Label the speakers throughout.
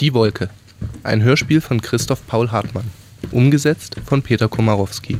Speaker 1: Die Wolke. Ein Hörspiel von Christoph Paul Hartmann. Umgesetzt von Peter Komarowski.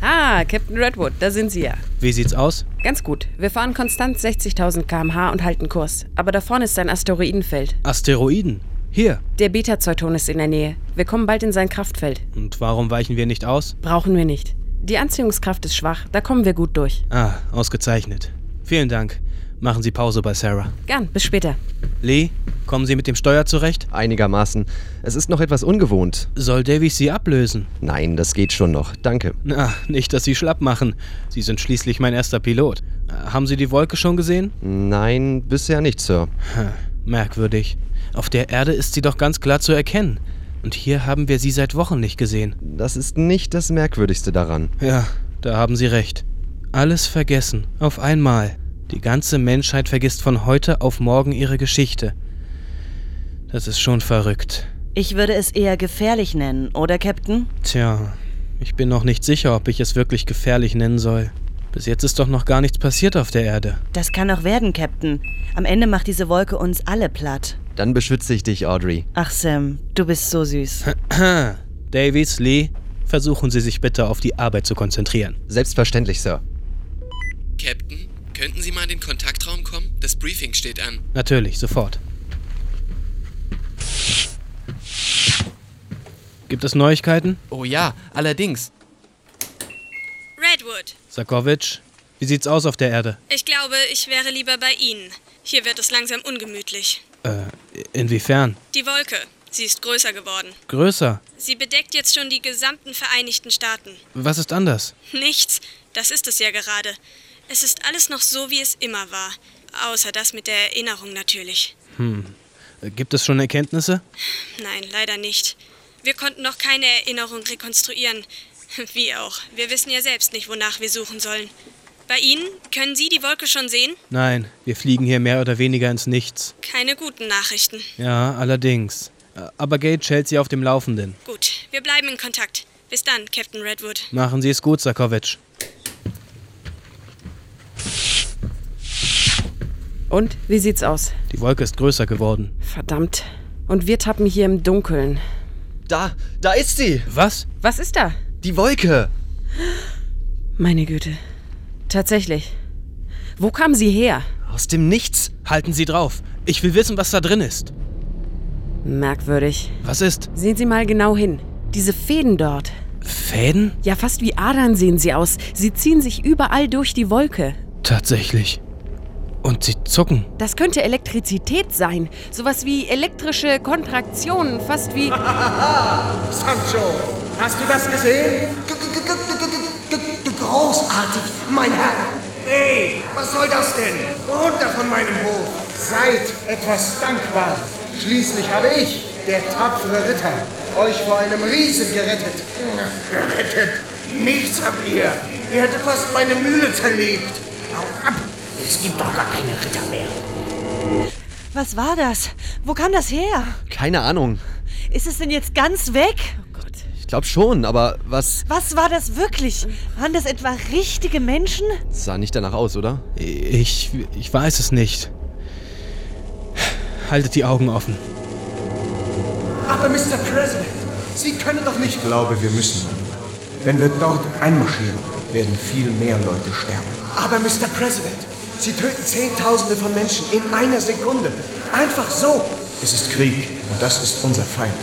Speaker 2: Ah, Captain Redwood, da sind Sie ja.
Speaker 3: Wie sieht's aus?
Speaker 2: Ganz gut. Wir fahren konstant 60.000 km/h und halten Kurs. Aber da vorne ist ein Asteroidenfeld.
Speaker 3: Asteroiden. Hier.
Speaker 2: Der Beta-Zeuton ist in der Nähe. Wir kommen bald in sein Kraftfeld.
Speaker 3: Und warum weichen wir nicht aus?
Speaker 2: Brauchen wir nicht. Die Anziehungskraft ist schwach, da kommen wir gut durch.
Speaker 3: Ah, ausgezeichnet. Vielen Dank. Machen Sie Pause bei Sarah.
Speaker 2: Gern, bis später.
Speaker 3: Lee, kommen Sie mit dem Steuer zurecht?
Speaker 4: Einigermaßen. Es ist noch etwas ungewohnt.
Speaker 3: Soll Davies Sie ablösen?
Speaker 4: Nein, das geht schon noch. Danke.
Speaker 3: Na, nicht, dass Sie schlapp machen. Sie sind schließlich mein erster Pilot. Äh, Haben Sie die Wolke schon gesehen?
Speaker 4: Nein, bisher nicht, Sir.
Speaker 3: Hm, merkwürdig. Auf der Erde ist sie doch ganz klar zu erkennen. Und hier haben wir sie seit Wochen nicht gesehen.
Speaker 4: Das ist nicht das Merkwürdigste daran.
Speaker 3: Ja, da haben Sie recht. Alles vergessen, auf einmal. Die ganze Menschheit vergisst von heute auf morgen ihre Geschichte. Das ist schon verrückt.
Speaker 5: Ich würde es eher gefährlich nennen, oder, Captain?
Speaker 3: Tja, ich bin noch nicht sicher, ob ich es wirklich gefährlich nennen soll. Bis jetzt ist doch noch gar nichts passiert auf der Erde.
Speaker 5: Das kann noch werden, Captain. Am Ende macht diese Wolke uns alle platt.
Speaker 4: Dann beschütze ich dich, Audrey.
Speaker 5: Ach, Sam, du bist so süß.
Speaker 3: Davies, Lee, versuchen Sie sich bitte auf die Arbeit zu konzentrieren.
Speaker 4: Selbstverständlich, Sir.
Speaker 6: Captain, könnten Sie mal in den Kontaktraum kommen? Das Briefing steht an.
Speaker 3: Natürlich, sofort. Gibt es Neuigkeiten?
Speaker 6: Oh ja, allerdings.
Speaker 7: Redwood,
Speaker 3: Sakowitsch, wie sieht's aus auf der Erde?
Speaker 7: ich glaube, ich wäre lieber bei Ihnen. Hier wird es langsam ungemütlich.
Speaker 3: Äh, inwiefern?
Speaker 7: Die Wolke, sie ist größer geworden.
Speaker 3: Größer?
Speaker 7: Sie bedeckt jetzt schon die gesamten Vereinigten Staaten.
Speaker 3: Was ist anders?
Speaker 7: Nichts, das ist es ja gerade. Es ist alles noch so, wie es immer war. Außer das mit der Erinnerung natürlich.
Speaker 3: Äh, Gibt es schon Erkenntnisse?
Speaker 7: Nein, leider nicht. Wir konnten noch keine Erinnerung rekonstruieren. Wie auch. Wir wissen ja selbst nicht, wonach wir suchen sollen. Bei Ihnen? Können Sie die Wolke schon sehen?
Speaker 3: Nein, wir fliegen hier mehr oder weniger ins Nichts.
Speaker 7: Keine guten Nachrichten.
Speaker 3: Ja, allerdings. Äh, Aber Gage hält sie auf dem Laufenden.
Speaker 7: Gut, wir bleiben in Kontakt. Bis dann, Captain Redwood.
Speaker 3: Machen Sie es gut, Sakowitsch.
Speaker 2: Und wie sieht's aus?
Speaker 3: Die Wolke ist größer geworden.
Speaker 2: Verdammt. Und wir tappen hier im Dunkeln.
Speaker 4: Da, da ist sie!
Speaker 3: Was?
Speaker 2: Was ist da?
Speaker 4: Die Wolke!
Speaker 2: Meine Güte. Tatsächlich. Wo kam sie her?
Speaker 4: Aus dem Nichts!
Speaker 3: Halten Sie drauf. Ich will wissen, was da drin ist.
Speaker 2: Merkwürdig.
Speaker 3: Was ist?
Speaker 2: Sehen Sie mal genau hin. Diese Fäden dort.
Speaker 3: Fäden?
Speaker 2: Ja, fast wie Adern sehen sie aus. Sie ziehen sich überall durch die Wolke.
Speaker 3: Tatsächlich. Und sie zucken.
Speaker 2: Das könnte Elektrizität sein. Sowas wie elektrische Kontraktionen, fast wie.
Speaker 8: Sancho, hast du das gesehen? Großartig, mein Herr. Hey, was soll das denn? Runter von meinem Hof. Seid etwas dankbar. Schließlich habe ich, der tapfere Ritter, euch vor einem Riesen gerettet. Gerettet? Nichts habt ihr. Ihr hättet fast meine Mühle zerlegt. Hau ab. Es gibt doch gar keine Ritter mehr.
Speaker 5: Was war das? Wo kam das her?
Speaker 4: Keine Ahnung.
Speaker 5: Ist es denn jetzt ganz weg?
Speaker 4: Ich glaube schon, aber was.
Speaker 5: Was war das wirklich? Waren das etwa richtige Menschen?
Speaker 4: Sah nicht danach aus, oder?
Speaker 3: Ich, ich weiß es nicht. Haltet die Augen offen.
Speaker 8: Aber Mr. President, Sie können doch nicht... Ich glaube, wir müssen. Wenn wir dort einmarschieren, werden viel mehr Leute sterben. Aber Mr. President, Sie töten Zehntausende von Menschen in einer Sekunde. Einfach so. Es ist Krieg und das ist unser Feind.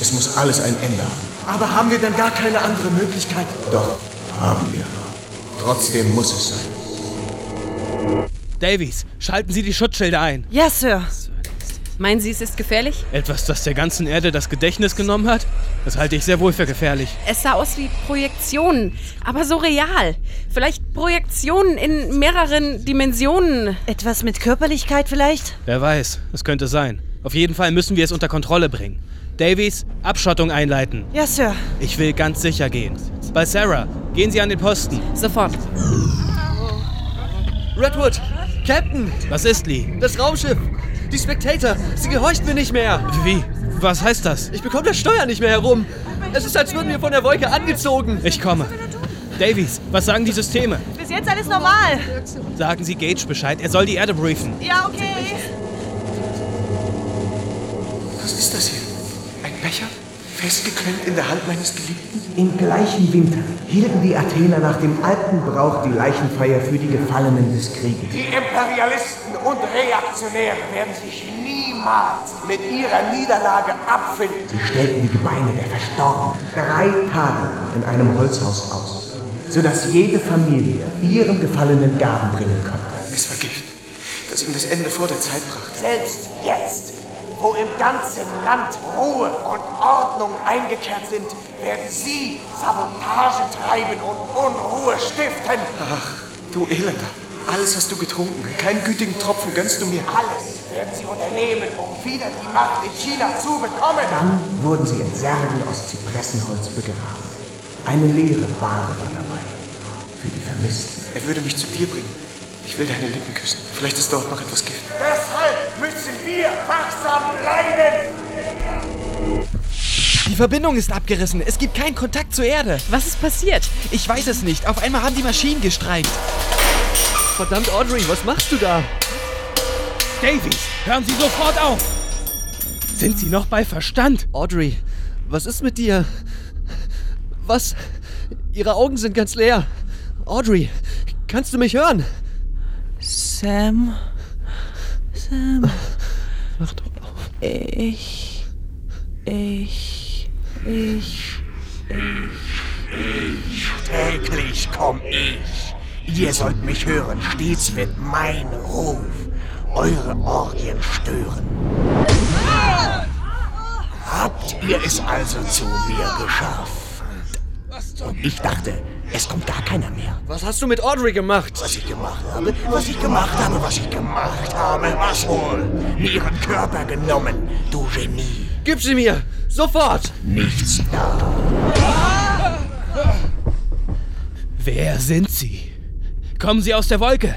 Speaker 8: Es muss alles ein Ende haben. Aber haben wir dann gar keine andere Möglichkeit? Doch, haben wir. Trotzdem muss es sein.
Speaker 3: Davies, schalten Sie die Schutzschilder ein.
Speaker 5: Ja, Sir.
Speaker 2: Meinen Sie, es ist gefährlich?
Speaker 3: Etwas, das der ganzen Erde das Gedächtnis genommen hat? Das halte ich sehr wohl für gefährlich.
Speaker 2: Es sah aus wie Projektionen, aber so real. Vielleicht Projektionen in mehreren Dimensionen.
Speaker 5: Etwas mit Körperlichkeit vielleicht?
Speaker 3: Wer weiß, es könnte sein. Auf jeden Fall müssen wir es unter Kontrolle bringen. Davies, Abschottung einleiten.
Speaker 5: Ja, Sir.
Speaker 3: Ich will ganz sicher gehen. Bei Sarah, gehen Sie an den Posten.
Speaker 2: Sofort.
Speaker 4: Redwood! Captain!
Speaker 3: Was ist Lee?
Speaker 4: Das Raumschiff! Die Spectator! Sie gehorcht mir nicht mehr!
Speaker 3: Wie? Was heißt das?
Speaker 4: Ich bekomme das Steuer nicht mehr herum! Es ist, als würden wir von der Wolke angezogen!
Speaker 3: Ich komme. Davies, was sagen die Systeme?
Speaker 5: Bis jetzt alles normal.
Speaker 3: Sagen Sie Gage Bescheid, er soll die Erde briefen.
Speaker 5: Ja, okay.
Speaker 9: Was ist das hier? Ein Becher? Festgeklemmt in der Hand meines Geliebten? Im gleichen Winter hielten die Athener nach dem alten Brauch die Leichenfeier für die Gefallenen des Krieges.
Speaker 8: Die Imperialisten und Reaktionäre werden sich niemals mit ihrer Niederlage abfinden.
Speaker 9: Sie stellten die Gebeine der Verstorbenen drei Tage in einem Holzhaus aus, sodass jede Familie ihren Gefallenen Gaben bringen konnte.
Speaker 8: Es war Gift, das ihm das Ende vor der Zeit brachte. Selbst jetzt, wo im ganzen Land Ruhe und Ordnung eingekehrt sind, werden sie Sabotage treiben und Unruhe stiften.
Speaker 9: Ach, du Elender, alles hast du getrunken. Keinen gütigen Tropfen gönnst du mir.
Speaker 8: Alles werden sie unternehmen, um wieder die Macht in China zu bekommen.
Speaker 9: Dann wurden sie in Särgen aus Zypressenholz begraben. Eine leere Bahre war dabei. Für die Vermissten.
Speaker 8: Er würde mich zu dir bringen. Ich will deine Lippen küssen. Vielleicht ist dort noch etwas Gift. Deshalb müssen wir wachsam bleiben.
Speaker 4: Die Verbindung ist abgerissen. Es gibt keinen Kontakt zur Erde.
Speaker 2: Was ist passiert?
Speaker 4: Ich weiß es nicht. Auf einmal haben die Maschinen gestreikt. Verdammt, Audrey, was machst du da?
Speaker 3: Davies, hören Sie sofort auf! Sind Sie noch bei Verstand?
Speaker 4: Audrey, was ist mit dir? Was? Ihre Augen sind ganz leer. Audrey, kannst du mich hören?
Speaker 10: Sam. Sam.
Speaker 4: Mach doch auf.
Speaker 10: Ich. Ich. Ich.
Speaker 8: Täglich komm ich. Ihr sollt mich hören, stets wird mein Ruf eure Orgien stören. Habt ihr es also zu mir geschafft? Und ich dachte, es kommt gar keiner mehr.
Speaker 4: Was hast du mit Audrey gemacht?
Speaker 8: Was ich gemacht habe, was ich gemacht habe, was ich gemacht habe, was wohl? Ihren Körper genommen, du Genie.
Speaker 4: Gib sie mir! Sofort!
Speaker 8: Nichts da.
Speaker 3: Wer sind Sie? Kommen Sie aus der Wolke!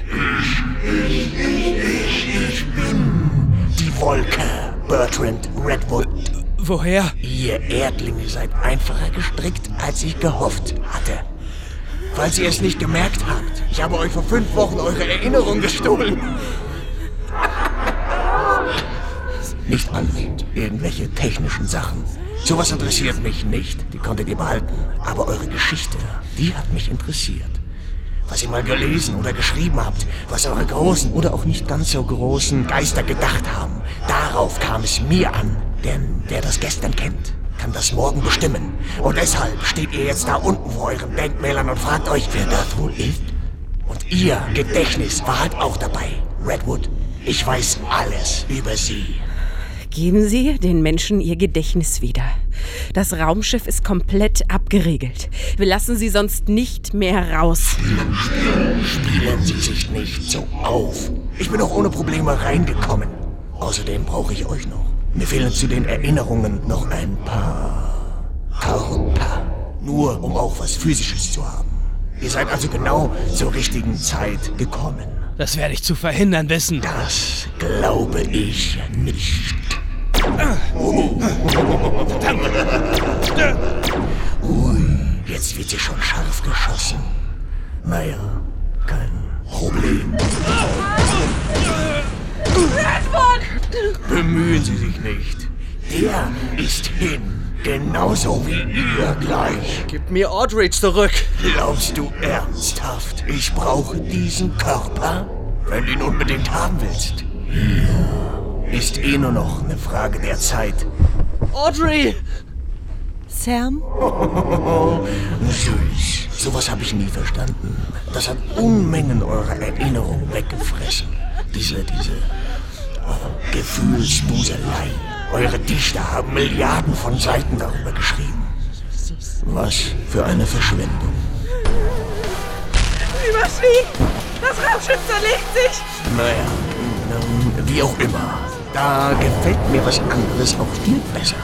Speaker 8: Die Wolke, Bertrand Redwood.
Speaker 3: Woher?
Speaker 8: Ihr Erdlinge seid einfacher gestrickt, als ich gehofft hatte. Falls ihr es nicht gemerkt habt, ich habe euch vor fünf Wochen eure Erinnerung gestohlen. Nicht anliegend, irgendwelche technischen Sachen. Sowas interessiert mich nicht, die konntet ihr behalten. Aber eure Geschichte, die hat mich interessiert. Was ihr mal gelesen oder geschrieben habt, was eure großen oder auch nicht ganz so großen Geister gedacht haben, darauf kam es mir an. Denn wer das gestern kennt, kann das morgen bestimmen. Und deshalb steht ihr jetzt da unten vor euren Denkmälern und fragt euch, wer das wohl ist. Und ihr Gedächtnis war halt auch dabei, Redwood. Ich weiß alles über sie.
Speaker 2: Geben Sie den Menschen ihr Gedächtnis wieder. Das Raumschiff ist komplett abgeriegelt. Wir lassen sie sonst nicht mehr raus.
Speaker 8: Spielen Sie sich nicht so auf. Ich bin auch ohne Probleme reingekommen. Außerdem brauche ich euch noch. Mir fehlen zu den Erinnerungen noch ein paar Karuta. Nur um auch was Physisches zu haben. Ihr seid also genau zur richtigen Zeit gekommen.
Speaker 3: Das werde ich zu verhindern wissen.
Speaker 8: Das glaube ich nicht. Ui, jetzt wird sie schon scharf geschossen. Naja, kein Problem. Bemühen Sie sich nicht. Der ist hin. Genauso wie ihr gleich.
Speaker 4: Gib mir Audrey zurück!
Speaker 8: Glaubst du ernsthaft, ich brauche diesen Körper? Wenn du ihn unbedingt haben willst. Ist eh nur noch eine Frage der Zeit.
Speaker 4: Audrey!
Speaker 5: Sam?
Speaker 8: Süß. Sowas habe ich nie verstanden. Das hat Unmengen eurer Erinnerung weggefressen. Diese, diese äh, Gefühlsbuselei. Eure Dichter haben Milliarden von Seiten darüber geschrieben. Was für eine Verschwendung.
Speaker 10: Überfliegen! Das Raumschiff zerlegt sich!
Speaker 8: Naja, ähm, wie auch immer. Da gefällt mir was anderes auch viel besser.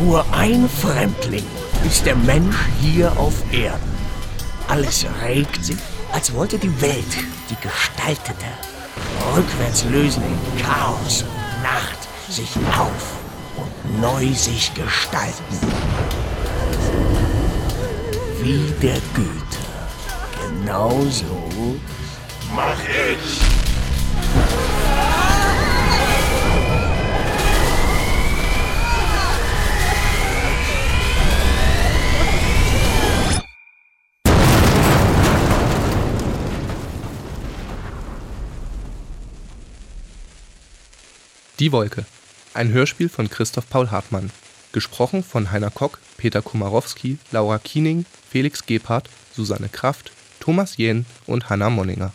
Speaker 8: Nur ein Fremdling ist der Mensch hier auf Erden. Alles regt sich, als wollte die Welt, die gestaltete, rückwärts lösen in Chaos und Nacht sich auf und neu sich gestalten. Wie der Goethe. Genauso mach ich.
Speaker 1: Die Wolke. Ein Hörspiel von Christoph Paul Hartmann. Gesprochen von Heiner Kock, Peter Komarowski, Laura Kiening, Felix Gebhardt, Susanne Kraft, Thomas Jähn und Hanna Monninger.